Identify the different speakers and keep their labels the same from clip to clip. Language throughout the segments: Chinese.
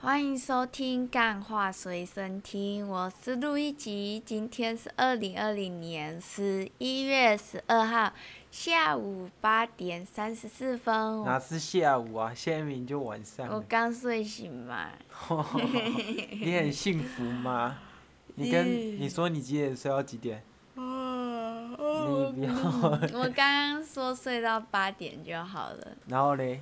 Speaker 1: 欢迎收听《干话随身听》，我是陆一吉。今天是二零二零年十一月十二号下午八点三十四分。哦
Speaker 2: 哪是下午啊？现在明明就晚上
Speaker 1: 我
Speaker 2: 了。
Speaker 1: 刚睡醒 嘛，哦
Speaker 2: 你很幸福吗？你跟你说你几点睡到几点？你不要，
Speaker 1: 哦嗯我刚刚说睡到八点就好了，
Speaker 2: 然后嘞？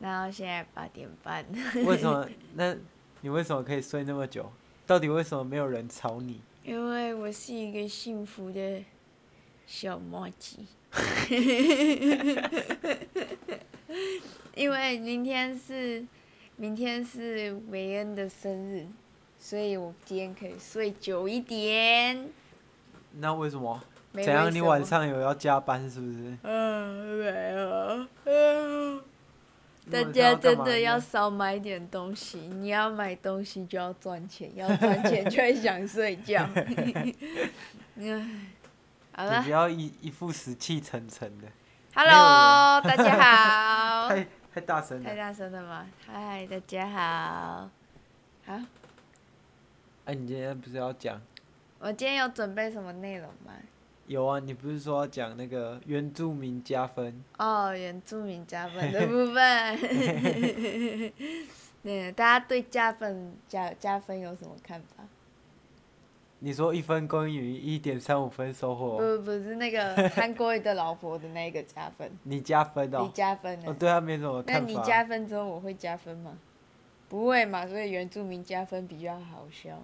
Speaker 1: 然后现在八点半。
Speaker 2: 为什么？那你为什么可以睡那么久？到底为什么没有人吵你？
Speaker 1: 因为我是一个幸福的小摩羯， 因为明天是明天是韦恩的生日，所以我今天可以睡久一点。
Speaker 2: 那为什么？
Speaker 1: 没
Speaker 2: 怎
Speaker 1: 为
Speaker 2: 样？你
Speaker 1: 什
Speaker 2: 晚
Speaker 1: 么？
Speaker 2: 上有要加班是不是？
Speaker 1: 嗯，没有。嗯
Speaker 2: 你
Speaker 1: 大
Speaker 2: 晚上
Speaker 1: 家
Speaker 2: 干
Speaker 1: 真
Speaker 2: 嘛
Speaker 1: 的要
Speaker 2: 呢
Speaker 1: 少买点东西，你要买东西就要赚钱，要赚钱就会想睡 觉。 嗯，好
Speaker 2: 你
Speaker 1: 了
Speaker 2: 不要一一副死气沉沉的，
Speaker 1: ，Hello，大家好。
Speaker 2: 太太大声
Speaker 1: 哦太
Speaker 2: 了。
Speaker 1: 大声了吗？嗨，大家好。好，
Speaker 2: 哎，你今天不是要讲？
Speaker 1: 我今天有准备什么内容吗？
Speaker 2: 有啊，你不是说要讲那个原住民加分？
Speaker 1: 哦，原住民加分 的部分。对，大家对加分加加分有什么看法？
Speaker 2: 你说一分耕耘一点三五分收获哦，
Speaker 1: 不不是那个韩国瑜的老婆的那个加分，
Speaker 2: 你加分
Speaker 1: 你
Speaker 2: 哦。
Speaker 1: 加分
Speaker 2: 我
Speaker 1: 呢？
Speaker 2: 对他没什么
Speaker 1: 那
Speaker 2: 看
Speaker 1: 你
Speaker 2: 法。
Speaker 1: 加分之后我会加分吗？不会嘛，所以原住民加分比较好笑。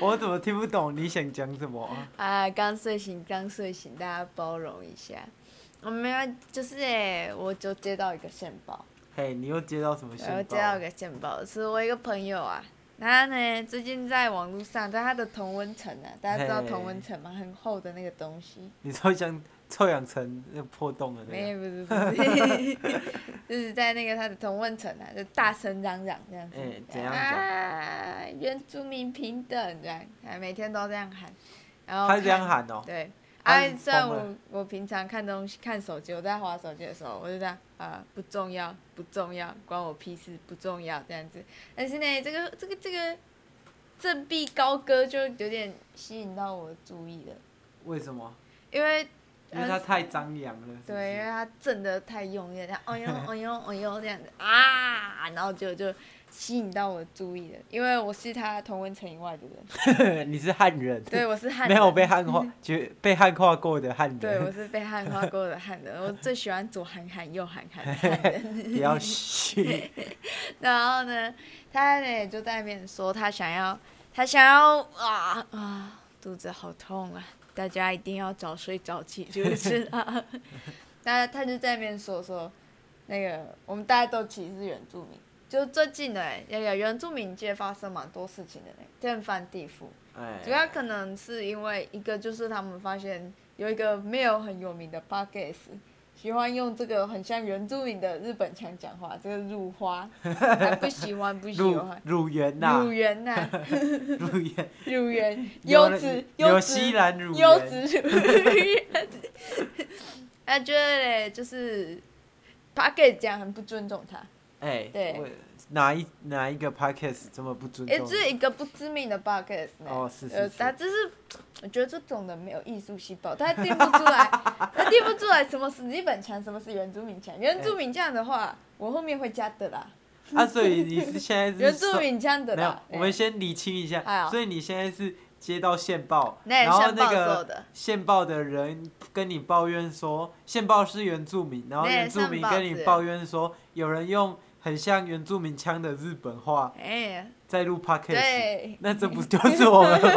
Speaker 2: 我怎么听不懂你想讲什么啊？
Speaker 1: 啊，刚睡醒，刚睡醒，大家包容一下。我没有，就是哎、我就接到一个线报，
Speaker 2: 嘿，你又接到什么
Speaker 1: 我又
Speaker 2: 线
Speaker 1: 接到
Speaker 2: 报
Speaker 1: 一？个线报，是我一个朋友啊，他呢最近在网络上，在他的同温层啊，大家知道同温层吗？很厚的那个东西，
Speaker 2: 你说像臭氧层那破洞的
Speaker 1: 没
Speaker 2: 那个？
Speaker 1: 有，不是不 是，就是在那个他的同温层啊，就大声嚷嚷这样子，
Speaker 2: 哎怎样讲
Speaker 1: 啊，原住民平等这样，啊，每天都这样喊，然后
Speaker 2: 他是这
Speaker 1: 看
Speaker 2: 样喊哦、
Speaker 1: 对，
Speaker 2: 他
Speaker 1: 哎、
Speaker 2: 是
Speaker 1: 虽然
Speaker 2: 疯
Speaker 1: 我我平常看东西、看手机，我在划手机的时候，我就这样啊、不重要，不重要，关我屁事，不重要这样子。但是呢，这个这个这个振臂高歌就有点吸引到我的注意了，
Speaker 2: 为什么？
Speaker 1: 因为
Speaker 2: 因为他太张扬了。是不是
Speaker 1: 呃对，因啊为他震得太用力了，然后哎呦哎呦哎呦这样子啊，然后就就吸引到我的注意了，因为我是他同温层以外的人，
Speaker 2: 你是汉人。
Speaker 1: 对我是 汉
Speaker 2: 没有
Speaker 1: 人
Speaker 2: 被汉化，绝被汉化过的汉
Speaker 1: 对，我
Speaker 2: 人。
Speaker 1: 是被汉化过的汉人，我最喜欢左韩寒右韩寒的汉人。
Speaker 2: 不要信。
Speaker 1: 然后呢，他呢就在那边说他想要，他想要啊啊，肚子好痛啊！大家一定要早睡早起，就是啊。 那他就在那边说说，那个我们大家都歧视原住民，就最近呢，那个原住民界发生蛮多事情的呢，天翻地覆。 主要
Speaker 2: 哎，
Speaker 1: 可能是因为一个就是他们发现有一个没有很有名的 podcast，喜欢用这个很像原住民的日本腔讲话，这个入 花，啊、不喜欢不喜
Speaker 2: 乳
Speaker 1: 欢。
Speaker 2: 乳源呐
Speaker 1: 乳，源呐、
Speaker 2: 乳源，
Speaker 1: 乳源，
Speaker 2: 有
Speaker 1: 优质，
Speaker 2: 有
Speaker 1: 优
Speaker 2: 西
Speaker 1: 质，
Speaker 2: 兰乳
Speaker 1: 优
Speaker 2: 源，
Speaker 1: 质乳源。 他觉得嘞，就是 podcast 讲很不尊重他，
Speaker 2: 哎，
Speaker 1: 对
Speaker 2: 我，哪一哪一个 podcast 这么不尊
Speaker 1: 也
Speaker 2: 重
Speaker 1: 是一个不知名的 podcast 呢。
Speaker 2: 哦是是
Speaker 1: 呃，
Speaker 2: 是
Speaker 1: 他就是我觉得这种人没有艺术细胞，他定不出来，他定不出来什么是日本腔，什么是原住民腔。原住民腔的话，我后面会加的啦，
Speaker 2: 你？啊，所以你是现 在是
Speaker 1: 原住
Speaker 2: 受
Speaker 1: 民腔的
Speaker 2: 没有
Speaker 1: 啦，。
Speaker 2: 我们
Speaker 1: 哎
Speaker 2: 先理清一
Speaker 1: 哎
Speaker 2: 下，
Speaker 1: 呦
Speaker 2: 所以你现在是接到线报，
Speaker 1: 那
Speaker 2: 然后
Speaker 1: 线报
Speaker 2: 那
Speaker 1: 做
Speaker 2: 个
Speaker 1: 的
Speaker 2: 线报的人跟你抱怨说线报是原住民，然后
Speaker 1: 那
Speaker 2: 原住民跟
Speaker 1: 线报
Speaker 2: 你
Speaker 1: 是
Speaker 2: 抱怨说有人用很像原住民腔的日本话
Speaker 1: 哎，
Speaker 2: 在录 podcast，
Speaker 1: 对，
Speaker 2: 那这不就是我们 吗？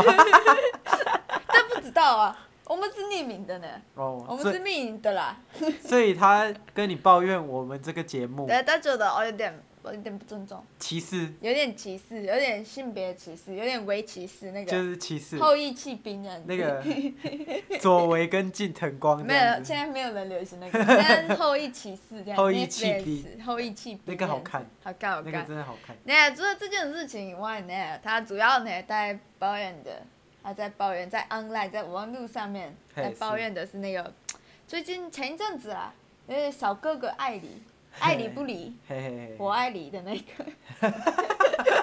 Speaker 1: 但不知道啊，我们是匿名的呢，我
Speaker 2: 哦，
Speaker 1: 们
Speaker 2: 所
Speaker 1: 是
Speaker 2: 以
Speaker 1: 匿名的啦。
Speaker 2: 所以他跟你抱怨我们这个节目
Speaker 1: 对，他觉得哦有点有点不尊重，
Speaker 2: 歧视，
Speaker 1: 有点歧视，有点性别歧视，有点微歧视那
Speaker 2: 就
Speaker 1: 个
Speaker 2: 是歧视
Speaker 1: 后羿弃兵啊这样子
Speaker 2: 那 个左为跟近藤光这
Speaker 1: 没有，
Speaker 2: 样
Speaker 1: 现
Speaker 2: 子，
Speaker 1: 在没有人流行那个，现在是后羿骑士这样，
Speaker 2: 后羿弃兵
Speaker 1: Netflix，后羿弃兵
Speaker 2: 那个好看，
Speaker 1: 好看，好
Speaker 2: 那个
Speaker 1: 看。
Speaker 2: 真的好看。
Speaker 1: 那除了这件事情以外呢，他主要呢在抱怨的，他在抱怨在 online 在网络上面
Speaker 2: 嘿
Speaker 1: 在抱怨的是那个，最近前一阵子啊，那个小哥哥艾里，爱理不理，
Speaker 2: 嘿嘿嘿，
Speaker 1: 我爱理的那 个。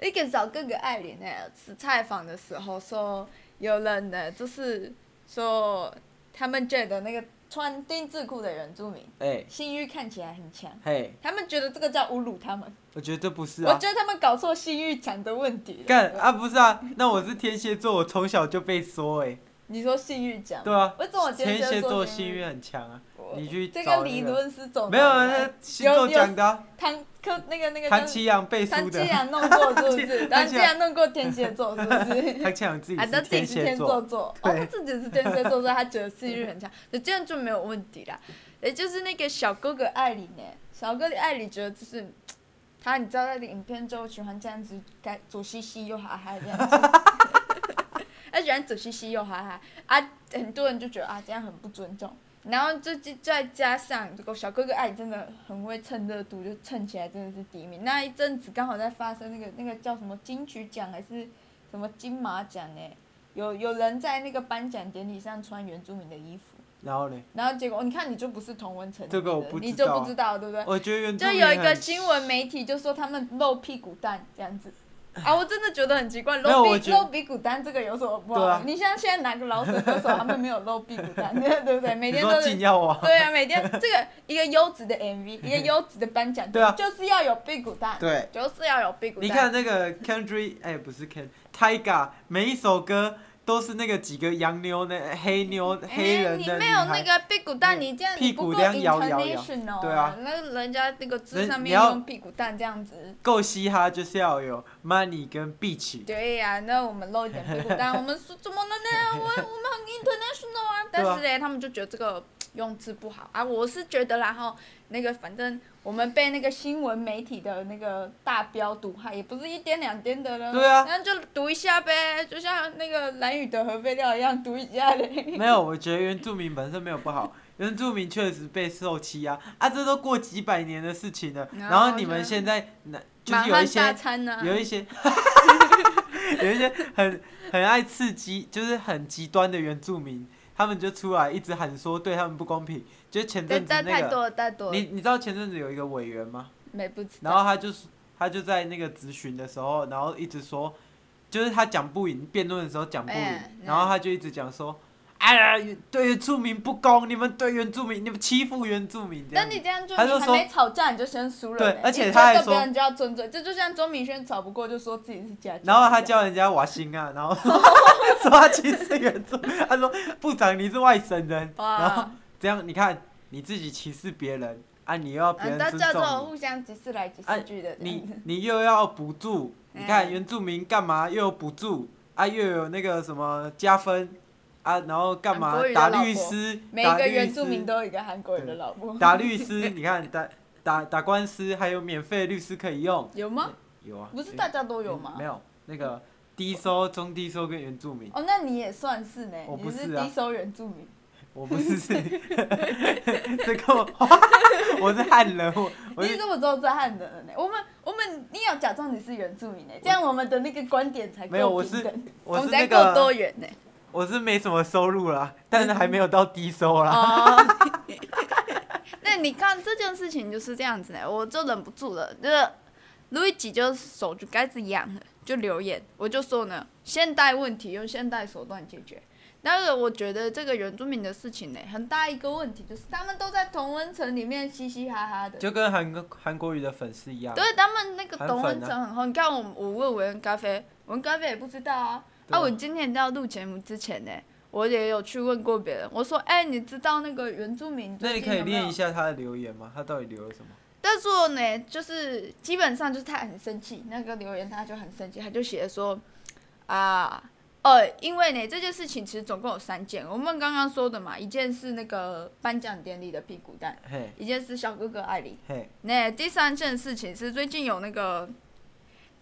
Speaker 1: 你更找各个爱理呢？是采访的时候说，有人呢就是说，他们觉得那个穿丁字裤的原住民
Speaker 2: 哎
Speaker 1: 性欲看起来很强，
Speaker 2: 嘿，
Speaker 1: 他们觉得这个叫侮辱他们。
Speaker 2: 我觉得这不是
Speaker 1: 我
Speaker 2: 啊，
Speaker 1: 觉得他们搞错性欲强的问题了。
Speaker 2: 干啊不是啊，那我是天蝎座，我从小就被说哎、
Speaker 1: 你说性欲强？
Speaker 2: 对啊
Speaker 1: 为什么我今天
Speaker 2: 天蝎座
Speaker 1: 幸
Speaker 2: 幸
Speaker 1: 运？
Speaker 2: 运很强啊，
Speaker 1: 我
Speaker 2: 你去
Speaker 1: 这
Speaker 2: 找
Speaker 1: 个
Speaker 2: 那
Speaker 1: 理
Speaker 2: 个
Speaker 1: 论是总
Speaker 2: 没有啊，
Speaker 1: 的
Speaker 2: 那星座讲的啊，
Speaker 1: 唐科那哎个那个
Speaker 2: 唐
Speaker 1: 叫
Speaker 2: 奇阳背书
Speaker 1: 唐
Speaker 2: 的
Speaker 1: 季，阳弄过是不 是？
Speaker 2: 唐
Speaker 1: 唐
Speaker 2: 季
Speaker 1: 季
Speaker 2: 阳
Speaker 1: 阳弄过天蝎座是不 是？
Speaker 2: 唐奇阳自己
Speaker 1: 啊，他自
Speaker 2: 是
Speaker 1: 己
Speaker 2: 天
Speaker 1: 是天
Speaker 2: 蝎
Speaker 1: 座
Speaker 2: 座，
Speaker 1: 座，哦，
Speaker 2: 对
Speaker 1: 他自己是天蝎座座，他觉得性欲很强，那这样就没有问题啦。也就是那个小哥哥艾里呢，小哥哥艾里觉得就是他，你知道那个影片中喜欢这样子，该左嘻嘻右哈哈这样子。他喜欢左嘻嘻右哈哈啊，很多人就觉得啊这样很不尊重，然后就就再加上这个小哥哥艾里真的很会蹭热度，就蹭起来真的是第一名。那一阵子刚好在发生那个那个叫什么金曲奖还是什么金马奖呢、有有人在那个颁奖典礼上穿原住民的衣服，
Speaker 2: 然后呢，
Speaker 1: 然后结果你看你就不是同温层里面的，
Speaker 2: 这个我不
Speaker 1: 你
Speaker 2: 知
Speaker 1: 就
Speaker 2: 道哦
Speaker 1: 不知道对不对？
Speaker 2: 我觉得原住
Speaker 1: 就
Speaker 2: 民
Speaker 1: 有一个
Speaker 2: 很
Speaker 1: 新闻媒体就说他们露屁股蛋这样子。啊，我真的觉得很奇怪，
Speaker 2: 哎 没有
Speaker 1: 露
Speaker 2: 我
Speaker 1: 屁
Speaker 2: 觉得
Speaker 1: 露屁股蛋这个有什么不好？
Speaker 2: 对啊
Speaker 1: 你像现在哪个老手歌手他们没有露屁股 蛋，对不对？每
Speaker 2: 你
Speaker 1: 天
Speaker 2: 说
Speaker 1: 都
Speaker 2: 禁
Speaker 1: 是。
Speaker 2: 药啊，
Speaker 1: 对啊，每天这个一个优质的 MV，一 个优质的颁奖典礼，
Speaker 2: 对
Speaker 1: 就
Speaker 2: 啊
Speaker 1: 是要有屁股蛋，
Speaker 2: 对，啊
Speaker 1: 就是要有屁股蛋。
Speaker 2: 你看那个 Kendry，哎、不是 Ken，Tiger，每一首歌都是那个几个洋妞那黑妞
Speaker 1: 哎
Speaker 2: 黑人
Speaker 1: 你
Speaker 2: 的女
Speaker 1: 没有那
Speaker 2: 孩。
Speaker 1: 个屁股蛋，
Speaker 2: 对
Speaker 1: 你这样
Speaker 2: 屁
Speaker 1: 你不
Speaker 2: 股
Speaker 1: 够
Speaker 2: 这样摇摇摇
Speaker 1: international，
Speaker 2: 对啊
Speaker 1: 那人家那个字
Speaker 2: 人
Speaker 1: 上
Speaker 2: 你
Speaker 1: 面
Speaker 2: 要
Speaker 1: 用屁股蛋这样子，
Speaker 2: 够嘻哈就是要有 money 跟 beach，
Speaker 1: 对呀、那我们露一点屁股 蛋，我们说怎么了呢？我我们很 international 啊，但是嘞，他们就觉得这个用字不好啊。我是觉得啦，然后那个反正我们被那个新闻媒体的那个大标毒害，也不是一天两天的了。
Speaker 2: 对啊
Speaker 1: 那就读一下呗，就像那个蓝雨的核废料一样，读一下嘞。
Speaker 2: 没有，我觉得原住民本身没有不好， 原住民确实被受欺压啊，这都过几百年的事情了。
Speaker 1: 然
Speaker 2: 然
Speaker 1: 后
Speaker 2: 后你
Speaker 1: 呢
Speaker 2: 们现在那就
Speaker 1: 满
Speaker 2: 是有一
Speaker 1: 汉
Speaker 2: 些
Speaker 1: 大餐啊呢、
Speaker 2: 有一些， 有一些很很爱刺激，就是很极端的原住民，他们就出来一直喊说对他们不公平。就是前
Speaker 1: 对，
Speaker 2: 阵子
Speaker 1: 太太
Speaker 2: 那个，
Speaker 1: 多了，太多了
Speaker 2: 你。你知道前阵子有一个委员吗？
Speaker 1: 没不知
Speaker 2: 然后他就是他就在那个咨询的时候，然后一直说，就是他讲不赢，辩论的时候讲不赢，
Speaker 1: 哎
Speaker 2: 然后他就一直讲说。哎呀，对原住民不公，你们对原住民，你们欺负原住民这
Speaker 1: 但
Speaker 2: 样
Speaker 1: 你
Speaker 2: 子。
Speaker 1: 这样就
Speaker 2: 他
Speaker 1: 你
Speaker 2: 就
Speaker 1: 还
Speaker 2: 说
Speaker 1: 没吵架你就先输了
Speaker 2: 对
Speaker 1: 呢，
Speaker 2: 而且
Speaker 1: 你
Speaker 2: 他还
Speaker 1: 跟
Speaker 2: 说
Speaker 1: 别人就要尊重，这就像钟明轩吵不过就说自己是家教一样。
Speaker 2: 然后他叫人家瓦辛啊，然后 说他其实是原住民，他说部长你是外省人，
Speaker 1: 哇，
Speaker 2: 然后这样你看你自己歧视别人啊，你又要别
Speaker 1: 啊
Speaker 2: 人
Speaker 1: 那
Speaker 2: 尊
Speaker 1: 叫做
Speaker 2: 重你，
Speaker 1: 互相歧视来歧
Speaker 2: 啊
Speaker 1: 视去的这 样 子。
Speaker 2: 你你又要补助，你
Speaker 1: 哎
Speaker 2: 看原住民干嘛又有补助啊，又有那个什么加分啊，然后干
Speaker 1: 韩
Speaker 2: 嘛
Speaker 1: 国瑜的
Speaker 2: 打
Speaker 1: 老婆
Speaker 2: 律师，
Speaker 1: 每一
Speaker 2: 打
Speaker 1: 个
Speaker 2: 律
Speaker 1: 原住民
Speaker 2: 师
Speaker 1: 都有一个韩国人的老婆，
Speaker 2: 打律师，你看打打打官司还有免费律师可以 用，
Speaker 1: 有吗？
Speaker 2: 有啊，
Speaker 1: 不是
Speaker 2: 诶
Speaker 1: 大家都有
Speaker 2: 嗯
Speaker 1: 吗
Speaker 2: 没？有那个低收、中低收跟原住民。
Speaker 1: 哦，那你也算是呢，
Speaker 2: 我
Speaker 1: 你
Speaker 2: 不
Speaker 1: 是
Speaker 2: 是啊
Speaker 1: 低收原住民。
Speaker 2: 我不 是是，这个我 我是汉人，我我
Speaker 1: 你
Speaker 2: 是
Speaker 1: 怎么知道这汉人了呢？我们我们你要假装你是原住民呢，这样我们的那个观点才
Speaker 2: 没有
Speaker 1: 够
Speaker 2: 我
Speaker 1: 平
Speaker 2: 是
Speaker 1: 等，
Speaker 2: 我
Speaker 1: 们
Speaker 2: 是
Speaker 1: 才
Speaker 2: 那
Speaker 1: 够多
Speaker 2: 个
Speaker 1: 元呢。
Speaker 2: 我是没什么收入啦，但是还没有到低收啦。
Speaker 1: 哦， 那你看这件事情就是这样子呢，我就忍不住了，就是路易吉就是手就开始痒了，就留言，我就说呢，现代问题用现代手段解决。但是我觉得这个原住民的事情呢，很大一个问题就是他们都在同温层里面嘻嘻哈哈的，
Speaker 2: 就跟韩国韩国语的粉丝一
Speaker 1: 嗯
Speaker 2: 样，啊
Speaker 1: 对他们那个
Speaker 2: 韩
Speaker 1: 同温
Speaker 2: 粉啊
Speaker 1: 层很厚。你看我我问文咖啡，文咖啡也不知道啊。
Speaker 2: 对
Speaker 1: 啊，
Speaker 2: 啊
Speaker 1: 我今天要录节目之前呢，我也有去问过别人，我说，哎、你知道那个原住民
Speaker 2: 那
Speaker 1: 最
Speaker 2: 你
Speaker 1: 近
Speaker 2: 可以
Speaker 1: 有没
Speaker 2: 念
Speaker 1: 有
Speaker 2: 一？下他的留言吗？他到底留了什么？
Speaker 1: 但是我呢，就是基本上就是他很生气，那个留言他就很生气，他就写说啊，呃，因为呢这件事情其实总共有三件，我们刚刚说的嘛，一件是那个颁奖典礼的屁股蛋，
Speaker 2: 嘿
Speaker 1: 一件是小哥哥艾琳，
Speaker 2: 嘿，
Speaker 1: 那第三件事情是最近有那个，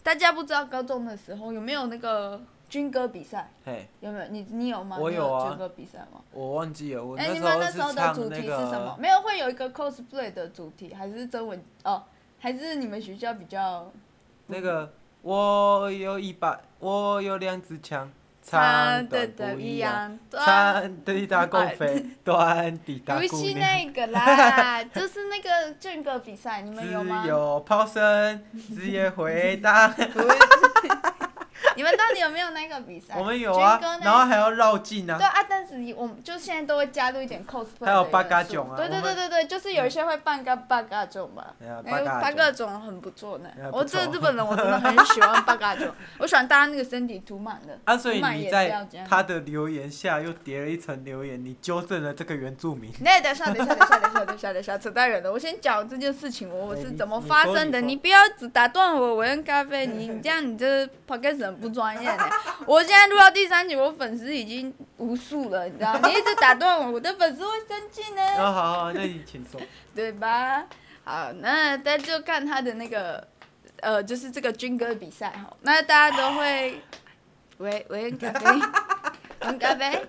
Speaker 1: 大家不知道高中的时候有没有那个军歌比赛，
Speaker 2: 嘿，
Speaker 1: 有没有？你你有吗？
Speaker 2: 我
Speaker 1: 你
Speaker 2: 有啊
Speaker 1: 军歌比赛吗？
Speaker 2: 我忘记了，我
Speaker 1: 哎、
Speaker 2: 那
Speaker 1: 你们那
Speaker 2: 是
Speaker 1: 时候的主
Speaker 2: 唱
Speaker 1: 题
Speaker 2: 那
Speaker 1: 是什么
Speaker 2: 个？，
Speaker 1: 没有，会有一个 cosplay 的主题，还是征文哦，还是你们学校比较
Speaker 2: 那个我有一把，我有两支枪，
Speaker 1: 他
Speaker 2: 长
Speaker 1: 的
Speaker 2: 短
Speaker 1: 的
Speaker 2: 不一
Speaker 1: 一
Speaker 2: 样，
Speaker 1: 样，啊短
Speaker 2: 长的滴答 共飞，短滴答
Speaker 1: 不
Speaker 2: 姑
Speaker 1: 是
Speaker 2: 娘。
Speaker 1: 那个 啦，就是那个卷歌比赛，你们有吗
Speaker 2: 自？有 炮声，子夜回 荡。
Speaker 1: 不是你们到底有没有那个比赛？
Speaker 2: 我们有啊
Speaker 1: 军歌，呢
Speaker 2: 然后还要绕境
Speaker 1: 对
Speaker 2: 啊，
Speaker 1: 啊，但是你我们就现在都会加入一点 cosplay，
Speaker 2: 还有
Speaker 1: 的元
Speaker 2: 八嘎
Speaker 1: 素
Speaker 2: 囧啊
Speaker 1: 对对
Speaker 2: 我
Speaker 1: 对
Speaker 2: 们
Speaker 1: 对对，就是有一些会扮个八嘎囧吧。
Speaker 2: 哎呀
Speaker 1: 因为
Speaker 2: 八
Speaker 1: 八
Speaker 2: 嘎
Speaker 1: 嘎囧很不错呢
Speaker 2: 哎，不
Speaker 1: 我这
Speaker 2: 错
Speaker 1: 日本人我真的很喜欢八嘎 囧，我喜欢搭那个身体涂满的，
Speaker 2: 啊，所以
Speaker 1: 涂满
Speaker 2: 你
Speaker 1: 颜料
Speaker 2: 在
Speaker 1: 这样。
Speaker 2: 他的留言下又叠了一层留言，你纠正了这个原 住民。
Speaker 1: 那等一下，等一下，等一下，等一下，等一下，等一下，扯太远了。我先讲这件事情，我我
Speaker 2: 哎
Speaker 1: 是
Speaker 2: 你
Speaker 1: 怎么
Speaker 2: 你
Speaker 1: 发
Speaker 2: 说
Speaker 1: 生
Speaker 2: 你
Speaker 1: 的。
Speaker 2: 说
Speaker 1: 你不要只打断我，我用咖啡。你你这样，你这 podcast 很不专业 呢。我现在录到第三集，我粉丝已经无数了，你知道？你一直打断我，我的粉丝会生气呢。
Speaker 2: 啊，好好，那你请说。
Speaker 1: 对吧？好，那大家就看他的那个，呃，就是这个军歌比赛哈。那大家都会，喂喂，咖 啡，喝咖啡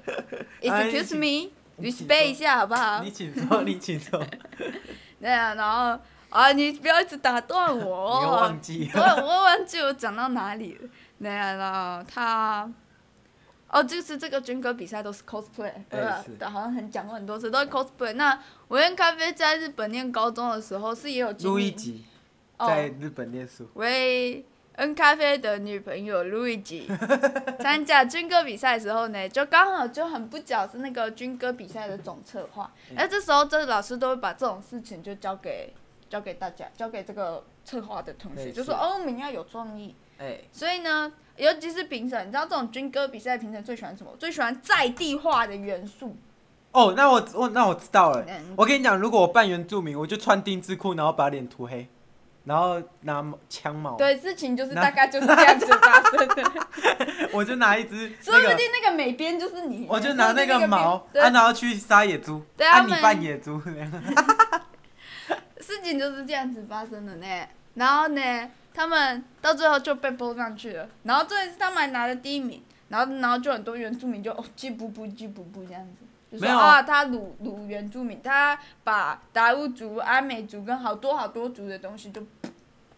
Speaker 1: ，Excuse
Speaker 2: 你
Speaker 1: me，
Speaker 2: 你请
Speaker 1: respect 一下好不好
Speaker 2: 你？请说，你请说。你
Speaker 1: 对啊，然后啊，你不要一直打断
Speaker 2: 又
Speaker 1: 我
Speaker 2: 忘，记
Speaker 1: 对，
Speaker 2: 了。
Speaker 1: 我忘记我讲到哪里了。对啊，然后他。哦，就是这个军歌比赛都是 cosplay，对吧？
Speaker 2: 哎是
Speaker 1: 对，好像很讲过很多次，都是 cosplay。那我跟咖啡在日本念高中的时候是也有经
Speaker 2: 录
Speaker 1: 历
Speaker 2: 一集，
Speaker 1: 哦
Speaker 2: 在日本念书。
Speaker 1: 喂，恩咖啡的女朋友路易 吉参加军歌比赛的时候呢，就刚好就很不巧是那个军歌比赛的总策划，
Speaker 2: 嗯
Speaker 1: 那这时候这个老师都会把这种事情就交给交给大家，交给这个策划的同学，
Speaker 2: 对
Speaker 1: 就说
Speaker 2: 是
Speaker 1: 哦，我们要有创意。
Speaker 2: 哎，
Speaker 1: 所以呢，尤其是评审，你知道这种军歌比赛评审最喜欢什么？最喜欢在地化的元素。
Speaker 2: 哦，那我我那我知道了。
Speaker 1: 嗯，
Speaker 2: 我跟你讲，如果我扮原住民，我就穿丁字裤，然后把脸涂黑，然后拿枪矛，
Speaker 1: 对，事情就是
Speaker 2: 那
Speaker 1: 大概就是这样子发生 的，
Speaker 2: 我就拿一支
Speaker 1: 说
Speaker 2: 那
Speaker 1: 不
Speaker 2: 个，
Speaker 1: 定那个美编就是你，
Speaker 2: 我就
Speaker 1: 说
Speaker 2: 拿
Speaker 1: 不定
Speaker 2: 那个
Speaker 1: 美
Speaker 2: 矛，
Speaker 1: 对
Speaker 2: 啊，然后去杀野猪，
Speaker 1: 对
Speaker 2: 啊，
Speaker 1: 他
Speaker 2: 你
Speaker 1: 们
Speaker 2: 扮野 猪，
Speaker 1: 事情就是这样子发生的呢。然后呢，他们到最后就被播上去了。然后这一次他们还拿了第一名，然后然后就很多原住民就哦，记不不记不不这样子。就说
Speaker 2: 没有啊
Speaker 1: 啊，他掳掳原住民，他把达悟族、阿美族跟好多好多族的东西就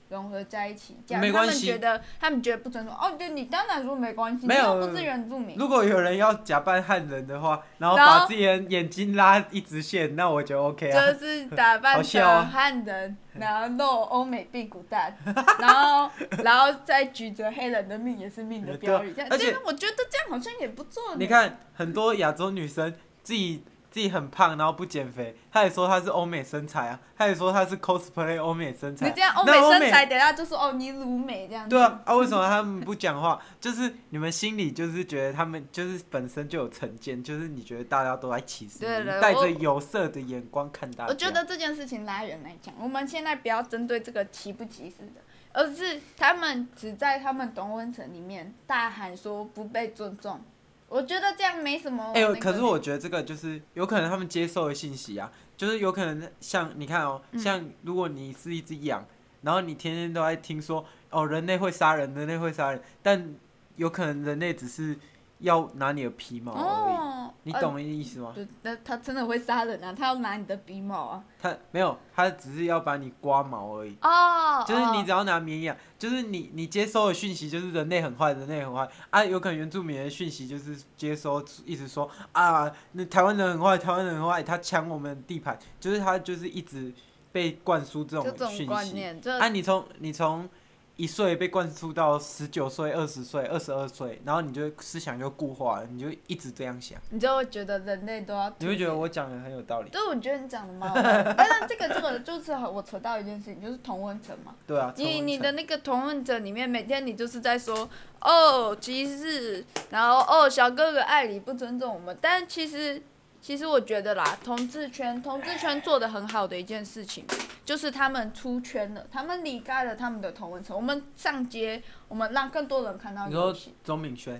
Speaker 1: 融合在一起，这样
Speaker 2: 没
Speaker 1: 他
Speaker 2: 关
Speaker 1: 们
Speaker 2: 系
Speaker 1: 觉得他们觉得不尊重。哦，对你当然说没关系，
Speaker 2: 没有
Speaker 1: 你又不是原住民，
Speaker 2: 如果有人要假扮汉人的话，然后
Speaker 1: 然后
Speaker 2: 把自己的眼睛拉一直线，那我就 OK 啊。
Speaker 1: 就是打扮
Speaker 2: 好笑啊
Speaker 1: 成汉人，然后露欧美屁股 蛋，然后然后再举着黑人的命也是命的标语，这样，
Speaker 2: 而且
Speaker 1: 这个我觉得这样好像也不错。
Speaker 2: 你，看，很多亚洲女生自己自己很胖，然后不减肥，她也说她是欧美身材啊，她也说她是 cosplay 欧美身
Speaker 1: 你
Speaker 2: 材
Speaker 1: 这。样欧美
Speaker 2: 那欧美
Speaker 1: 身材，等一下就说哦你鲁美这样子。
Speaker 2: 对啊，啊，为什么他们不讲话？ 就是你们心里就是觉得他们就是本身就有成见，就是你觉得大家都在歧视
Speaker 1: 对
Speaker 2: 你，
Speaker 1: 了
Speaker 2: 你带
Speaker 1: 我
Speaker 2: 着有色的眼光看大家。
Speaker 1: 我觉得这件事情拉远来讲，我们现在不要针对这个歧不歧视的，而是他们只在他们同温层里面大喊说不被尊重。我觉得这样没什么。
Speaker 2: 哎、呦，可是我觉得这个就是有可能他们接受的信息啊，就是有可能像你看哦，
Speaker 1: 嗯
Speaker 2: 像如果你是一只羊，然后你天天都在听说哦人类会杀人，人类会杀人，但有可能人类只是要拿你的皮毛而已，
Speaker 1: 哦，
Speaker 2: 你
Speaker 1: 呃
Speaker 2: 懂意思吗？
Speaker 1: 就那他真的会杀人啊！他要拿你的鼻毛啊！
Speaker 2: 他没有，他只是要把你刮毛而已。
Speaker 1: 哦
Speaker 2: 就是你只要拿绵羊，就是你你接收的讯息就是人类很坏，人类很坏啊，有可能原住民的讯息就是接收一直说啊，那台湾人很坏，台湾人很坏，他抢我们地盘，就是他就是一直被灌输这
Speaker 1: 就这
Speaker 2: 种
Speaker 1: 种
Speaker 2: 讯
Speaker 1: 观
Speaker 2: 息。
Speaker 1: 念，就
Speaker 2: 啊，你从你从一岁被灌输到十九岁、二十岁、二十二岁，然后你就思想就固化了，你就一直这样想，
Speaker 1: 你就会觉得人类都要突
Speaker 2: 你
Speaker 1: 变。
Speaker 2: 会觉得我讲的很有道理。
Speaker 1: 对，我觉得你讲的蛮好的。 但是这个这个就是很我扯到一件事情，就是同温层嘛。
Speaker 2: 对啊，
Speaker 1: 你
Speaker 2: 从
Speaker 1: 你的那个同温层里面，每天你就是在说哦歧视，然后哦小哥哥爱你不尊重我们，但其实其实我觉得啦，同志圈同志圈做的很好的一件事情，就是他们出圈了，他们离开了他们的同温层，我们上街，我们让更多人看到
Speaker 2: 你说
Speaker 1: 游戏。
Speaker 2: 钟敏轩。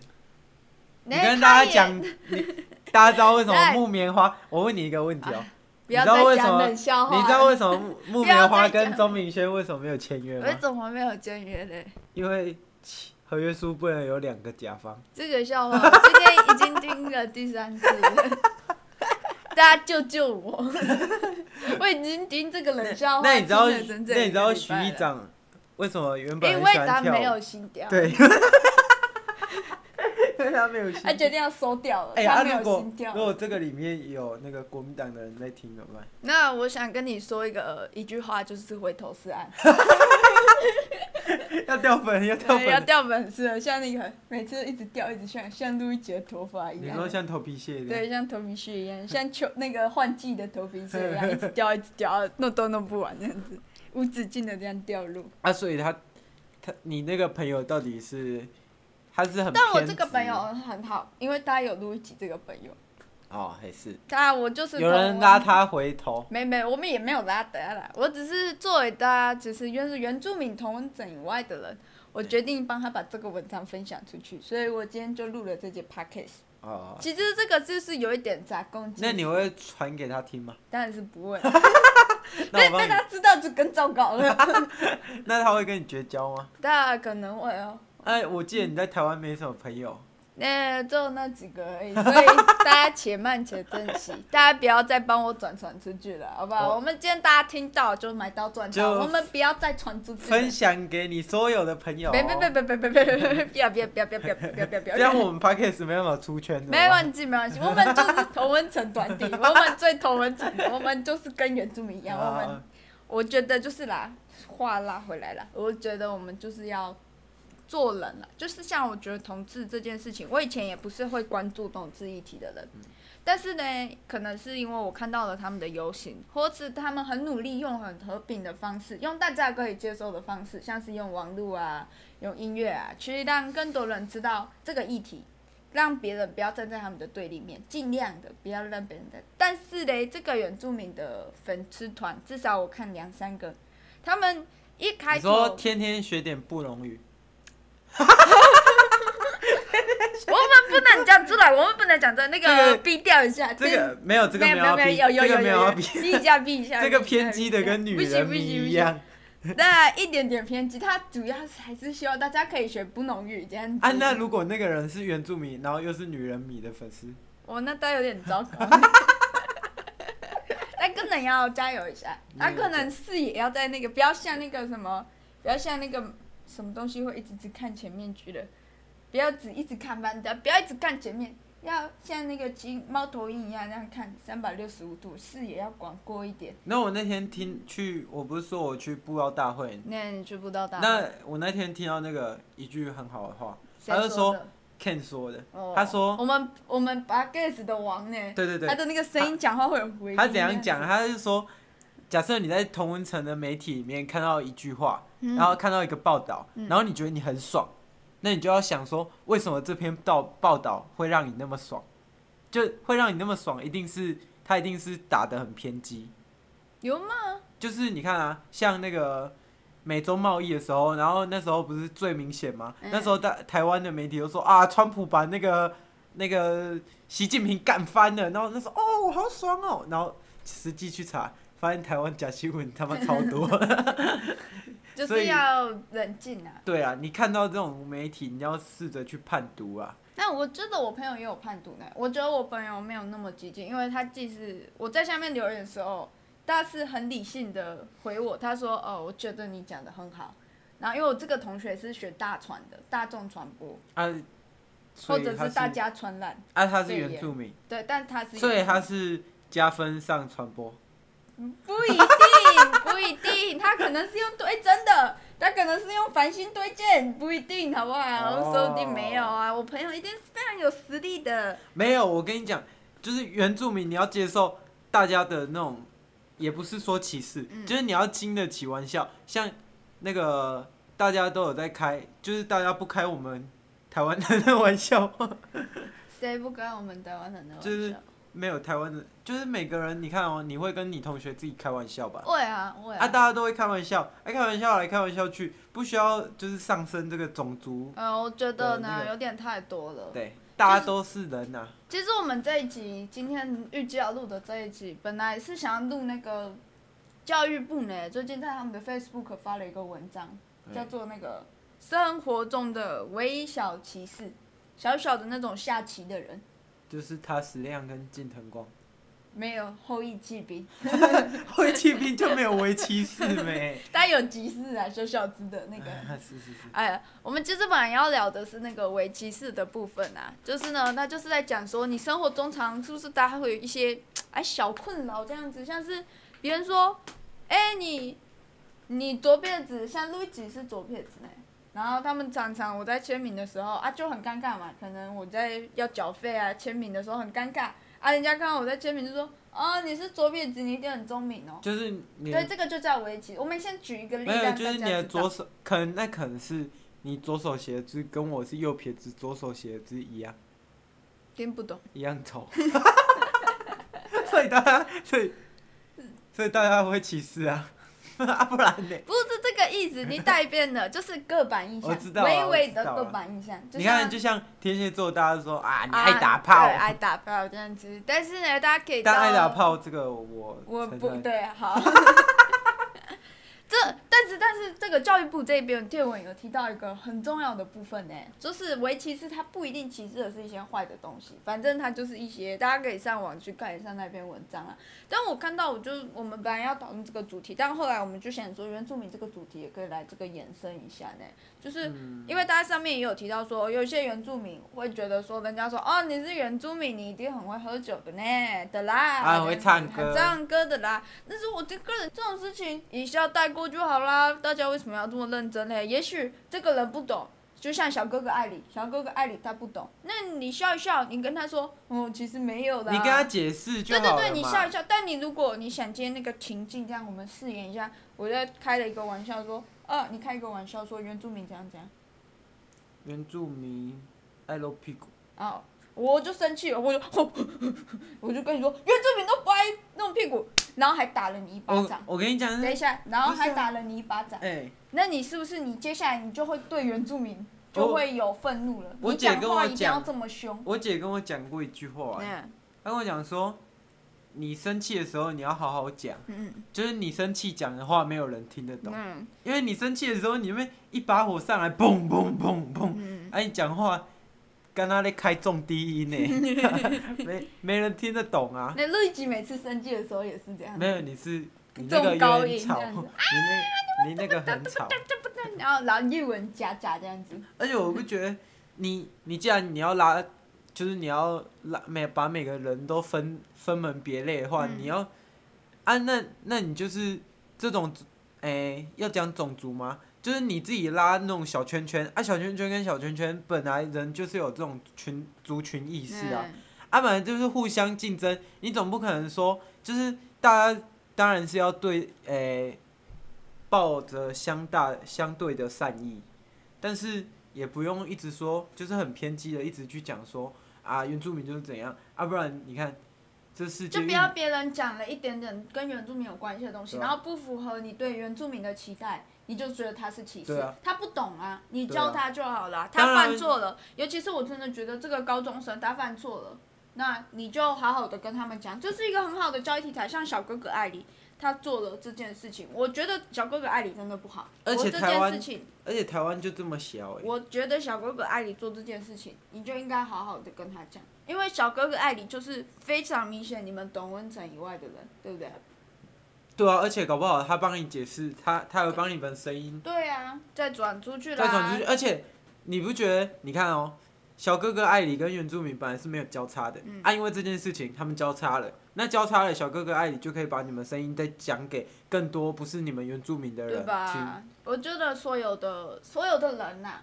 Speaker 2: 你
Speaker 1: 那他
Speaker 2: 跟大家
Speaker 1: 也
Speaker 2: 讲， 你大家知道为什么
Speaker 1: 哎
Speaker 2: 木 棉花？我问你一个问题哦，
Speaker 1: 不要
Speaker 2: 你知道
Speaker 1: 再
Speaker 2: 为什
Speaker 1: 讲
Speaker 2: 么
Speaker 1: 冷笑话了。
Speaker 2: 你知道为 什么
Speaker 1: 啊
Speaker 2: 木木
Speaker 1: 不要再
Speaker 2: 棉花
Speaker 1: 讲
Speaker 2: 跟钟明轩为什么没有签约
Speaker 1: 为
Speaker 2: 吗？
Speaker 1: 什么没有签约嘞？
Speaker 2: 因为合约书不能有两个甲方。
Speaker 1: 这个笑话，我今天已经听了第三次了， 大家救救我！ 我已经听这个冷笑话
Speaker 2: 那你知道，
Speaker 1: 听了整整
Speaker 2: 那你知道
Speaker 1: 一个礼
Speaker 2: 徐
Speaker 1: 拜
Speaker 2: 议
Speaker 1: 了，
Speaker 2: 长为什么原本
Speaker 1: 因
Speaker 2: 很
Speaker 1: 为
Speaker 2: 喜欢
Speaker 1: 他没
Speaker 2: 跳舞？
Speaker 1: 有心跳，
Speaker 2: 对，对他没有心。
Speaker 1: 他决定要收掉了，
Speaker 2: 哎、
Speaker 1: 他
Speaker 2: 啊，
Speaker 1: 没
Speaker 2: 如
Speaker 1: 有
Speaker 2: 果
Speaker 1: 心掉
Speaker 2: 如。果这个里面有那个国民党的人在听怎么办？
Speaker 1: 那我想跟你说一个呃一句话，就是回头是 岸，
Speaker 2: 要掉粉，要掉
Speaker 1: 对要
Speaker 2: 粉。
Speaker 1: 掉粉丝了，像那个每次一直掉，一直像像路易吉的头发一
Speaker 2: 你
Speaker 1: 样
Speaker 2: 说，像头皮屑一样，
Speaker 1: 对，像头皮屑一样，像秋那个换季的头皮屑一 样，一直掉一直掉，弄都弄不完这样子，无止境的这样掉落。
Speaker 2: 啊，所以他他你那个朋友到底是他是很偏执，
Speaker 1: 但我这个朋友很好，因为大家有录一集这个朋友，
Speaker 2: 哦，还是
Speaker 1: 他我就是
Speaker 2: 有人
Speaker 1: 同
Speaker 2: 拉他回头，
Speaker 1: 没没，我们也没有拉得啦，我只是作为大家只是原是原住民同文整以外的人，我决定帮他把这个文章分享出去，所以我今天就录了这节 podcast。
Speaker 2: 哦，
Speaker 1: 其实这个就是有一点杂攻击，
Speaker 2: 那你会传给他听吗？
Speaker 1: 当然是不会，
Speaker 2: 那
Speaker 1: 被
Speaker 2: 我帮
Speaker 1: 被
Speaker 2: 你，
Speaker 1: 他知道就更糟糕 了。
Speaker 2: 那他会跟你绝交吗？
Speaker 1: 大家可能会哦，
Speaker 2: 哎，我记得你在台湾没什么朋友，
Speaker 1: 那、就那几个而已，所以大家且慢且珍惜，大家不要再帮我转传出去了，好不好？
Speaker 2: 哦
Speaker 1: 我们今天大家听到就买到赚到，
Speaker 2: 就
Speaker 1: 我们不要再传出去了。
Speaker 2: 分享给你所有的朋友、
Speaker 1: 别别别
Speaker 2: 哦，
Speaker 1: 别别别别别不要不要不要不要不要不要不要不要！
Speaker 2: 这样我们 podcast 没办法出圈的。
Speaker 1: 没关系没关系，我们就是同文层团体，我们最同文层，我们就是跟原住民一样，我们
Speaker 2: 啊
Speaker 1: 我觉得就是啦，话拉回来了，我觉得我们就是要做人了，就是像我觉得同志这件事情，我以前也不是会关注同志议题的人，
Speaker 2: 嗯
Speaker 1: 但是呢，可能是因为我看到了他们的游行，或是他们很努力用很和平的方式，用大家可以接受的方式，像是用网络啊，用音乐啊，去让更多人知道这个议题。让别人不要站在他们的对立面，尽量的不要让别人在。但是嘞，这个原住民的粉丝团，至少我看两三个，他们一开
Speaker 2: 你说
Speaker 1: 头
Speaker 2: 天天学点布隆语，
Speaker 1: 我们不能讲出来，我们不能讲出来，那
Speaker 2: 这
Speaker 1: 个
Speaker 2: 个
Speaker 1: 逼掉一下。
Speaker 2: 这个没有这个
Speaker 1: 嗯没有
Speaker 2: 有要
Speaker 1: 没
Speaker 2: 比，
Speaker 1: 有有
Speaker 2: 这
Speaker 1: 有
Speaker 2: 个没
Speaker 1: 有
Speaker 2: 要
Speaker 1: 有，
Speaker 2: 比，
Speaker 1: 逼一下逼一下。
Speaker 2: 这个偏激的跟女人
Speaker 1: 不
Speaker 2: 迷
Speaker 1: 行不行不行，
Speaker 2: 一样。
Speaker 1: 那一点点偏激，他主要是还是希望大家可以学不农语这样子。
Speaker 2: 啊，那如果那个人是原住民，然后又是女人迷的粉丝，
Speaker 1: 我那倒有点糟 糕。但可能要加油一下，他可能视野要在那个，不要像那个什么，不要像那个什么东西会一直只看前面去的，不要只一直看半道，不要一直看前面，要像那个金猫头鹰一样那样看三百六十五度，视野要广阔一点。
Speaker 2: 那我那天听去，我不是说我去布道大会，
Speaker 1: 那你去不到大
Speaker 2: 那我那天听到那个一句很好的话
Speaker 1: 谁
Speaker 2: 他就
Speaker 1: 说
Speaker 2: 说
Speaker 1: 的？
Speaker 2: ，Ken 说的，
Speaker 1: 哦
Speaker 2: 他说
Speaker 1: 我们我们把 g a s 的王呢，
Speaker 2: 对对
Speaker 1: 他
Speaker 2: 对，
Speaker 1: 的那个声音讲话会有回音。
Speaker 2: 他怎样讲？？啊他是说，假设你在同文层的媒体里面看到一句话，
Speaker 1: 嗯
Speaker 2: 然后看到一个报道，
Speaker 1: 嗯
Speaker 2: 然后你觉得你很爽，那你就要想说，为什么这篇报报道会让你那么爽？就会让你那么爽，一定是他一定是打得很偏激。
Speaker 1: 有吗？
Speaker 2: 就是你看啊，像那个美洲贸易的时候，然后那时候不是最明显吗？
Speaker 1: 嗯
Speaker 2: 那时候大台湾的媒体都说啊，川普把那个那个习近平干翻了，然后那时候哦，好爽哦，然后实际去查，发现台湾假新闻他妈超多。
Speaker 1: 就
Speaker 2: 所
Speaker 1: 是
Speaker 2: 以
Speaker 1: 要冷静啊。
Speaker 2: 对啊，你看到这种媒体，你要试着去判读啊。
Speaker 1: 但我觉得我朋友也有叛徒呢。我觉得我朋友没有那么激进，因为他既是我在下面留言的时候，他是很理性的回我，他说：“哦，我觉得你讲的很好。”然后因为我这个同学是学大传的，大众传播
Speaker 2: 啊，
Speaker 1: 或
Speaker 2: 所以
Speaker 1: 者
Speaker 2: 他
Speaker 1: 是大家传染，
Speaker 2: 啊，他是原住民，
Speaker 1: 对，但他是
Speaker 2: 所以他是加分上传播。
Speaker 1: 不一定，不一定，他可能是用推真的，他可能是用繁星推荐，不一定，好不好？
Speaker 2: 哦
Speaker 1: 说不定没有啊，我朋友一定是非常有实力的。
Speaker 2: 没有，我跟你讲，就是原住民，你要接受大家的那种，也不是说歧视，
Speaker 1: 嗯
Speaker 2: 就是你要经得起玩笑。像那个大家都有在开，就是大家不开我们台湾人的玩笑，
Speaker 1: 谁不跟我们台湾人的玩笑？
Speaker 2: 就是没有台湾的，就是每个人，你看哦，你会跟你同学自己开玩笑吧？
Speaker 1: 会啊，会
Speaker 2: 啊，大家都会开玩笑，哎爱开玩笑来开玩笑去，不需要就是上升这个种族，
Speaker 1: 呃，我觉得
Speaker 2: 的
Speaker 1: 呢
Speaker 2: 那个
Speaker 1: 有点太多了。
Speaker 2: 对，大家都是人呐、啊
Speaker 1: 其实我们这一集今天预计要录的这一集，本来是想要录那个教育部呢，最近在他们的 Facebook 发了一个文章，
Speaker 2: 嗯
Speaker 1: 叫做那个生活中的微小歧视，小小的那种下棋的人。
Speaker 2: 就是他矢亮跟近藤光，
Speaker 1: 没有后羿弃兵，
Speaker 2: 会弃兵就没有为歧视没？
Speaker 1: 但有集市啊，小小子的那个。
Speaker 2: 啊是是是，
Speaker 1: 哎呀，我们其实本来要聊的是那个围棋式的部分啊，就是呢，那就是在讲说你生活中常是不是大家会有一些哎小困扰这样子，像是别人说，哎、你你左撇子，像路易吉是左撇子呢，然后他们常常我在签名的时候啊就很尴尬嘛，可能我在要缴费啊签名的时候很尴尬啊，人家看到我在签名就说，哦你是左撇子，你一定很聪明哦。
Speaker 2: 就是你
Speaker 1: 对，这个就叫围棋。我们先举一个例子，
Speaker 2: 没有，
Speaker 1: 让
Speaker 2: 就
Speaker 1: 大
Speaker 2: 是
Speaker 1: 家
Speaker 2: 你的
Speaker 1: 知
Speaker 2: 左
Speaker 1: 道
Speaker 2: 手，可能那可能是你左手写的字跟我是右撇子左手写的字一样
Speaker 1: 听不懂。
Speaker 2: 一样丑， 所以大家所以所以大家会歧视啊 啊不然呢？
Speaker 1: 不是这个意思，你带变了，就是个板印象，
Speaker 2: 我知道啊
Speaker 1: 微微
Speaker 2: 我知
Speaker 1: 的
Speaker 2: 道啊
Speaker 1: 个板印象。
Speaker 2: 你看，
Speaker 1: 就
Speaker 2: 就像天蝎座，大家都说啊，
Speaker 1: 像
Speaker 2: 你爱打
Speaker 1: 啊
Speaker 2: 炮
Speaker 1: 对，爱打炮这样子。但是呢，大家可以知道
Speaker 2: 但爱打，炮这个我
Speaker 1: 我
Speaker 2: 承
Speaker 1: 不
Speaker 2: 认
Speaker 1: 对，好。这，但是但是这个教育部这边贴文有提到一个很重要的部分呢，就是围棋是它不一定歧视的是一些坏的东西，反正它就是一些大家可以上网去看一下那篇文章啊。但我看到我就我们本来要讨论这个主题，但后来我们就想说原住民这个主题也可以来这个延伸一下呢，就是
Speaker 2: 嗯，
Speaker 1: 因为大家上面也有提到说，哦有一些原住民会觉得说，人家说哦你是原住民，你一定很会喝酒的呢的啦，
Speaker 2: 啊会唱歌
Speaker 1: 很唱歌的啦。但是我这个人这种事情一笑带过就好啦，大家为什么要这么认真嘞？也许这个人不懂。就像小哥哥艾里，小哥哥艾里他不懂，那你笑一笑，你跟他说，哦，其实没有的。
Speaker 2: 你跟他解释就
Speaker 1: 对
Speaker 2: 好
Speaker 1: 对
Speaker 2: 了
Speaker 1: 对，你
Speaker 2: 嘛
Speaker 1: 笑一笑。但你如果你想接那个情境，这样我们试演一下。我在开了一个玩笑说，呃，你开一个玩笑说原住民怎样怎样，
Speaker 2: 原住民爱露屁股，
Speaker 1: 然后哦我就生气了，我就我就跟你说，原住民都不爱弄屁股，然后还打了你一巴
Speaker 2: 我
Speaker 1: 掌。
Speaker 2: 我跟你讲，
Speaker 1: 等一
Speaker 2: 哎、
Speaker 1: 下，然后
Speaker 2: 不是啊
Speaker 1: 还打了你一巴掌。那你是不是你接下来你就会对原住民就
Speaker 2: 我
Speaker 1: 会有愤怒了？
Speaker 2: 我
Speaker 1: 你
Speaker 2: 姐
Speaker 1: 讲
Speaker 2: 跟
Speaker 1: 话
Speaker 2: 我
Speaker 1: 一定要
Speaker 2: 讲
Speaker 1: 这么凶。
Speaker 2: 我姐跟我讲过一句话、哎
Speaker 1: 嗯
Speaker 2: 她跟我讲说，你生气的时候你要好好讲，
Speaker 1: 嗯
Speaker 2: 就是你生气讲的话没有人听得懂，
Speaker 1: 嗯
Speaker 2: 因为你生气的时候你会一把火上来，嘣嘣嘣嘣，
Speaker 1: 嗯，
Speaker 2: 哎、你讲话。跟他在开重低 音呢、没没人听得懂啊。
Speaker 1: 那路易吉每次生气的时候也是这样。
Speaker 2: 没有，你是你
Speaker 1: 这
Speaker 2: 那
Speaker 1: 种
Speaker 2: 个
Speaker 1: 高
Speaker 2: 有点
Speaker 1: 音
Speaker 2: 吵，
Speaker 1: 这样
Speaker 2: 你
Speaker 1: 子
Speaker 2: 那你那个很吵。
Speaker 1: 然后然后日文夹夹这样子，
Speaker 2: 而且我不觉得你你既然你要拉，就是你要拉每把每个人都分分门别类的话，
Speaker 1: 嗯
Speaker 2: 你要啊那那你就是这种哎、要讲种族吗？就是你自己拉那种小圈圈啊，小圈圈跟小圈圈本来人就是有这种群族群意识啊，
Speaker 1: 嗯
Speaker 2: 啊，本来就是互相竞争，你总不可能说就是大家当然是要对诶、抱着相大相对的善意，但是也不用一直说就是很偏激的一直去讲说啊原住民就是怎样啊，不然你看这世界
Speaker 1: 就
Speaker 2: 运
Speaker 1: 不要别人讲了一点点跟原住民有关系的东西，
Speaker 2: 对啊
Speaker 1: 然后不符合你对原住民的期待，你就觉得他是歧视。
Speaker 2: 对啊
Speaker 1: 他不懂啊，你
Speaker 2: 对啊
Speaker 1: 教他就好了。他
Speaker 2: 当然
Speaker 1: 犯错了，尤其是我真的觉得这个高中生他犯错了，那你就好好的跟他们讲，这是一个很好的教育题材。像小哥哥艾里，他做了这件事情，我觉得小哥哥艾里真的不好。
Speaker 2: 而且
Speaker 1: 我这
Speaker 2: 台
Speaker 1: 件
Speaker 2: 湾
Speaker 1: 事情，
Speaker 2: 而且台湾就这么小、欸，
Speaker 1: 我觉得小哥哥艾里做这件事情，你就应该好好的跟他讲，因为小哥哥艾里就是非常明显你们董文成以外的人，对不对？
Speaker 2: 对啊，而且搞不好他帮你解释，他他会帮你们声音
Speaker 1: 对啊，再转出去啦。
Speaker 2: 再传出去，而且你不觉得？你看哦，小哥哥艾里跟原住民本来是没有交叉的，
Speaker 1: 嗯
Speaker 2: 啊，因为这件事情他们交叉了，那交叉了，小哥哥艾里就可以把你们声音再讲给更多不是你们原住民的
Speaker 1: 对
Speaker 2: 人听。
Speaker 1: 吧？我觉得所有的所有的人呐、
Speaker 2: 嗯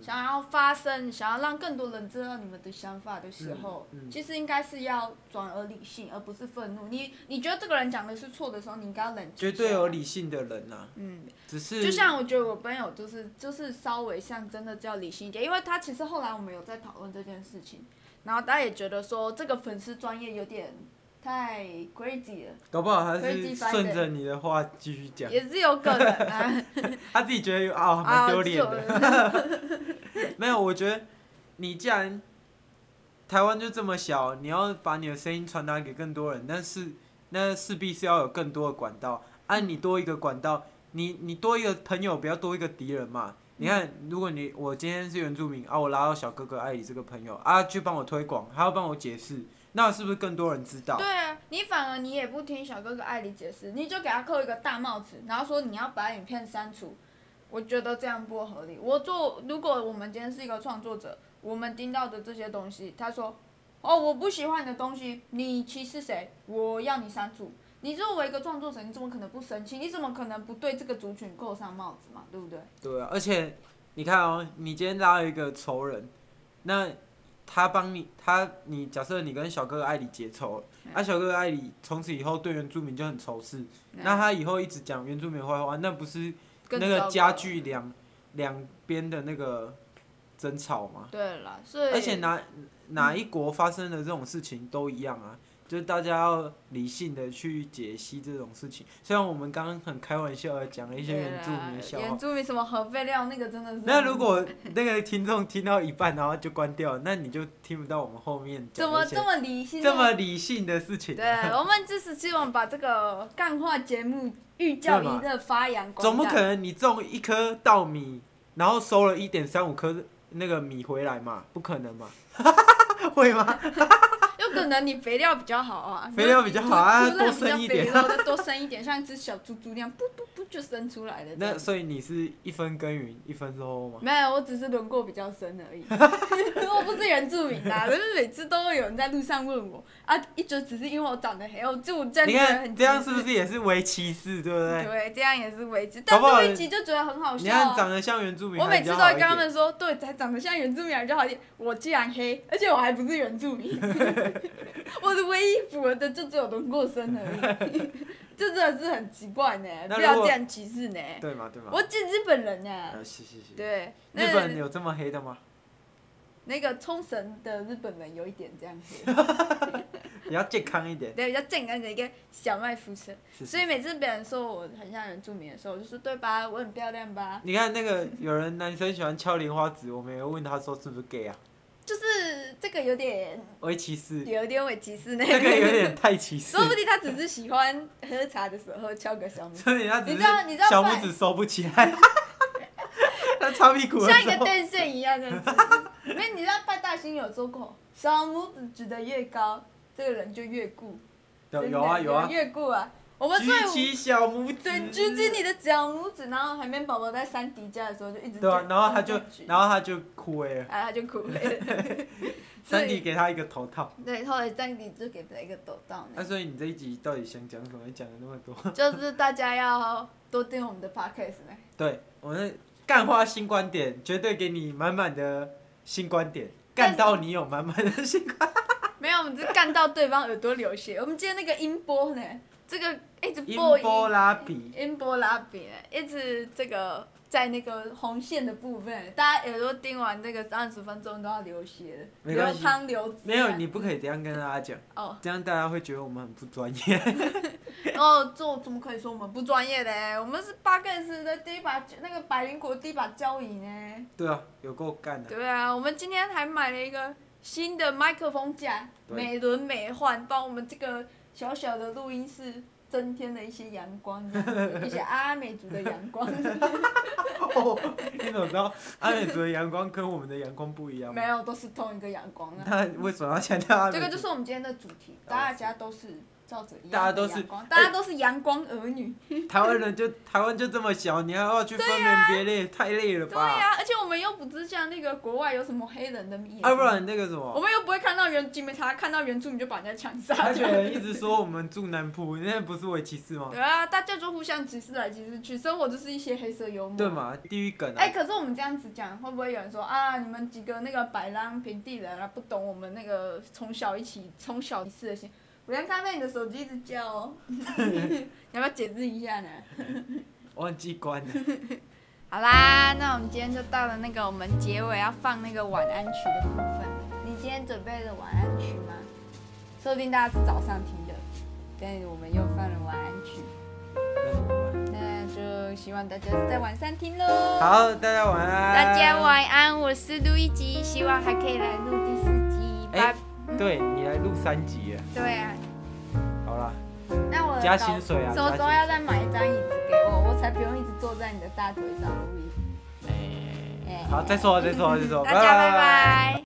Speaker 1: 想要发声，想要让更多人知道你们的想法的时候，
Speaker 2: 嗯嗯
Speaker 1: 其实应该是要转而理性，而不是愤怒。你你觉得这个人讲的是错的时候，你应该要冷静。
Speaker 2: 绝对有。理性的人呐、
Speaker 1: 嗯，
Speaker 2: 只是
Speaker 1: 就像我觉得我朋友就是就是稍微像真的叫理性一点，因为他其实后来我们有在讨论这件事情，然后大家也觉得说这个粉丝专业有点太 crazy 了，
Speaker 2: 搞不好他
Speaker 1: 可以
Speaker 2: 是
Speaker 1: 自白的
Speaker 2: 顺着你的话继续讲，
Speaker 1: 也是有个人啊。
Speaker 2: 他自己觉得啊蛮丢脸的。没有，我觉得你既然台湾就这么小，你要把你的声音传达给更多人，但是那势必是要有更多的管道。啊，你多一个管道，你你多一个朋友，不要多一个敌人嘛。你看，如果你我今天是原住民啊，我拉到小哥哥艾里这个朋友啊，去帮我推广，他要帮我解释，那是不是更多人知道？
Speaker 1: 对啊，你反而你也不听小哥哥艾里解释，你就给他扣一个大帽子，然后说你要把影片删除。我觉得这样不合理。我做，如果我们今天是一个创作者，我们听到的这些东西，他说，哦，我不喜欢你的东西，你歧视谁？我要你删除。你作为一个创作者，你怎么可能不生气？你怎么可能不对这个族群扣上帽子嘛？对不对？
Speaker 2: 对啊，而且你看哦，你今天拉了一个仇人，那他帮你，他你假设你跟小哥哥艾里结仇，啊
Speaker 1: 嗯
Speaker 2: 那、小哥哥艾里从此以后对原住民就很仇视，那他以后一直讲原住民坏话，那不是
Speaker 1: 更
Speaker 2: 那
Speaker 1: 糟
Speaker 2: 个
Speaker 1: 糕
Speaker 2: 加。剧两两边的那个争吵吗？
Speaker 1: 对了，所以
Speaker 2: 而且哪哪一国发生的这种事情都一样啊，就是大家要理性的去解析这种事情。虽然我们刚刚很开玩笑的讲了一些原住民的笑
Speaker 1: 对啦
Speaker 2: 话
Speaker 1: 原，住民什么核废料那个真 的是。
Speaker 2: 那如果那个听众听到一半然后就关掉，那你就听不到我们后面
Speaker 1: 怎
Speaker 2: 讲
Speaker 1: 么
Speaker 2: 的一些
Speaker 1: 这么理性？啊
Speaker 2: 这么理性的事情
Speaker 1: 对
Speaker 2: 啊、，
Speaker 1: 我们就是希望把这个干话节目寓教于乐，发扬光大。
Speaker 2: 总不可能你种一颗稻米，然后收了一点三五颗那个米回来嘛？不可能嘛？ 会吗？
Speaker 1: 有可能你肥料比较好啊，
Speaker 2: 肥料比较好啊
Speaker 1: 你就
Speaker 2: 多生一点
Speaker 1: 土壤比较肥然后再多生一点，像一只小猪猪那样，不不不就生出来了。
Speaker 2: 那所以你是一分耕耘一分收获吗？
Speaker 1: 没有，我只是轮过比较深 而已。我不是原住民啊，但是每次都会有人在路上问我啊，一直只是因为我长得黑，我就真的
Speaker 2: 你
Speaker 1: 觉得很
Speaker 2: 看这样是
Speaker 1: 歧
Speaker 2: 不
Speaker 1: 视？
Speaker 2: 是也是为歧视，对不对？
Speaker 1: 对，这样也是为之，
Speaker 2: 搞
Speaker 1: 但
Speaker 2: 不好
Speaker 1: 录一集就觉得很好
Speaker 2: 你
Speaker 1: 笑、啊。
Speaker 2: 看长得像原住民
Speaker 1: 我
Speaker 2: 还
Speaker 1: 每
Speaker 2: 比
Speaker 1: 次
Speaker 2: 较
Speaker 1: 都
Speaker 2: 好
Speaker 1: 会
Speaker 2: 一
Speaker 1: 跟
Speaker 2: 点，
Speaker 1: 他们说，对，才长得像原住民比较好一点。我既然黑，而且我还不是原住民， 我的唯一符合的就只有轮过身而已， 这真的是很奇怪呢，
Speaker 2: 那
Speaker 1: 不
Speaker 2: 如
Speaker 1: 要
Speaker 2: 果
Speaker 1: 这样歧视呢。
Speaker 2: 对嘛对嘛？
Speaker 1: 我见日本人呢、
Speaker 2: 呃，是是是。
Speaker 1: 对，那
Speaker 2: 日本有这么黑的吗？
Speaker 1: 那个冲绳的日本人有一点这样子，
Speaker 2: 比较健康一 点。
Speaker 1: 对，比较健康的一个小麦肤色。
Speaker 2: 是是
Speaker 1: 所以每次别人说我很像原住民的时候，我就说对吧，我很漂亮吧，
Speaker 2: 你看那个有人男生喜欢敲莲花指，我们也问他说是不是 gay 啊？
Speaker 1: 就是这个有点
Speaker 2: 为歧视，
Speaker 1: 有点伪歧视呢。
Speaker 2: 这个有点太歧视
Speaker 1: 说。不定他只是喜欢喝茶的时候敲个小拇指，
Speaker 2: 所以他只
Speaker 1: 你
Speaker 2: 是
Speaker 1: 知道你知道
Speaker 2: 小
Speaker 1: 拜
Speaker 2: 拇指收不起来， 他擦屁股的
Speaker 1: 像一
Speaker 2: 时
Speaker 1: 个
Speaker 2: 候，
Speaker 1: 电线一样这样子。因为你知道拜大星有说过，小拇指指的越高，这个人就越固。
Speaker 2: 有
Speaker 1: 真的
Speaker 2: 有啊有啊，
Speaker 1: 越固啊。我们
Speaker 2: 举
Speaker 1: 最
Speaker 2: 起小拇指，
Speaker 1: 对举起你的小拇指，然后海绵宝宝在扇迪迦的时候就一直
Speaker 2: 对啊，
Speaker 1: 举
Speaker 2: 然后他就
Speaker 1: 一直举
Speaker 2: 然后他就哭哎，
Speaker 1: 哎他就哭 了。
Speaker 2: 三弟给他一个头套。
Speaker 1: 对，后来三迪就给他一个抖到
Speaker 2: 那
Speaker 1: 呢，
Speaker 2: 所以你这一集到底想讲什么？你讲了那么多，
Speaker 1: 就是大家要多听我们的 podcast 呢。
Speaker 2: 对我们干花新观点，绝对给你满满的新观点，
Speaker 1: 但
Speaker 2: 干到你有满满的新观。
Speaker 1: 没有，我们只是干到对方耳朵流血。我们今天那个音波呢，这个一直
Speaker 2: 音
Speaker 1: 播音
Speaker 2: 波拉比，
Speaker 1: 音波拉比呢，一直这个在那个红线的部分，大家耳朵盯完这个三十分钟都要流血了，
Speaker 2: 没
Speaker 1: 流
Speaker 2: 关系
Speaker 1: 汤流汁啊。
Speaker 2: 没有你不可以这样跟大家讲，
Speaker 1: 哦
Speaker 2: 这样大家会觉得我们很不专业。
Speaker 1: 哦，这我怎么可以说我们不专业嘞？我们是八个斯的第一把那个百灵果第一把交椅呢。
Speaker 2: 对啊，有够干的。
Speaker 1: 对啊，我们今天还买了一个新的麦克风架，
Speaker 2: 对
Speaker 1: 美轮美奂，帮我们这个小小的录音室增添了一些阳 光，一些阿美族的阳光。
Speaker 2: 哦，你怎么知道阿美族的阳光跟我们的阳光不一样吗
Speaker 1: 没？有，都是同一个阳光啊。
Speaker 2: 那为什么要强调阿美
Speaker 1: 这
Speaker 2: 族？
Speaker 1: 个就是我们今天的主题，大家都是照着一
Speaker 2: 大
Speaker 1: 样的
Speaker 2: 家都是
Speaker 1: 阳光，
Speaker 2: 哎
Speaker 1: 大家都是阳光儿女。
Speaker 2: 台湾人就台湾就这么小，你还要去分门别类，太累了
Speaker 1: 对啊
Speaker 2: 吧？
Speaker 1: 呀、而且我们又不是像那个国外有什么黑人的眼，
Speaker 2: 啊，不然那个什
Speaker 1: 我
Speaker 2: 么，
Speaker 1: 们又不会看到原警察看到原住民就把人家枪杀
Speaker 2: 台北
Speaker 1: 掉。
Speaker 2: 人一直说我们住南部， 那不是为歧视吗？
Speaker 1: 对啊，大家就互相歧视来歧视去，生活就是一些黑色幽默。
Speaker 2: 对嘛，地狱梗啊
Speaker 1: 哎、！可是我们这样子讲，会不会有人说啊，你们几个那个摆烂平地人啊，不懂我们那个从小一起从小一次的心？我刚看到你的手机一直叫 哦，你要不要解释一下呢？
Speaker 2: 忘记关了。
Speaker 1: 好啦，那我们今天就到了那个我们结尾要放那个晚安曲的部分。你今天准备了晚安曲吗？说不定大家是早上听的，但我们又放了晚安曲，
Speaker 2: 那怎么办
Speaker 1: 那就希望大家是在晚上听喽。
Speaker 2: 好，大家晚安。
Speaker 1: 大家。晚安，我是路易吉，希望还可以来录第四集。拜、
Speaker 2: 哎，对你来录三集耶，
Speaker 1: 对啊，
Speaker 2: 好啦，
Speaker 1: 那我的
Speaker 2: 加
Speaker 1: 稿
Speaker 2: 薪水啊
Speaker 1: 什么时
Speaker 2: 加
Speaker 1: 候
Speaker 2: 薪
Speaker 1: 要再买一张椅子给我，我才不用一直坐在你的大腿上录音。
Speaker 2: 哎
Speaker 1: 哎，
Speaker 2: 好，再说再说再说，
Speaker 1: 大家拜
Speaker 2: 拜
Speaker 1: 拜。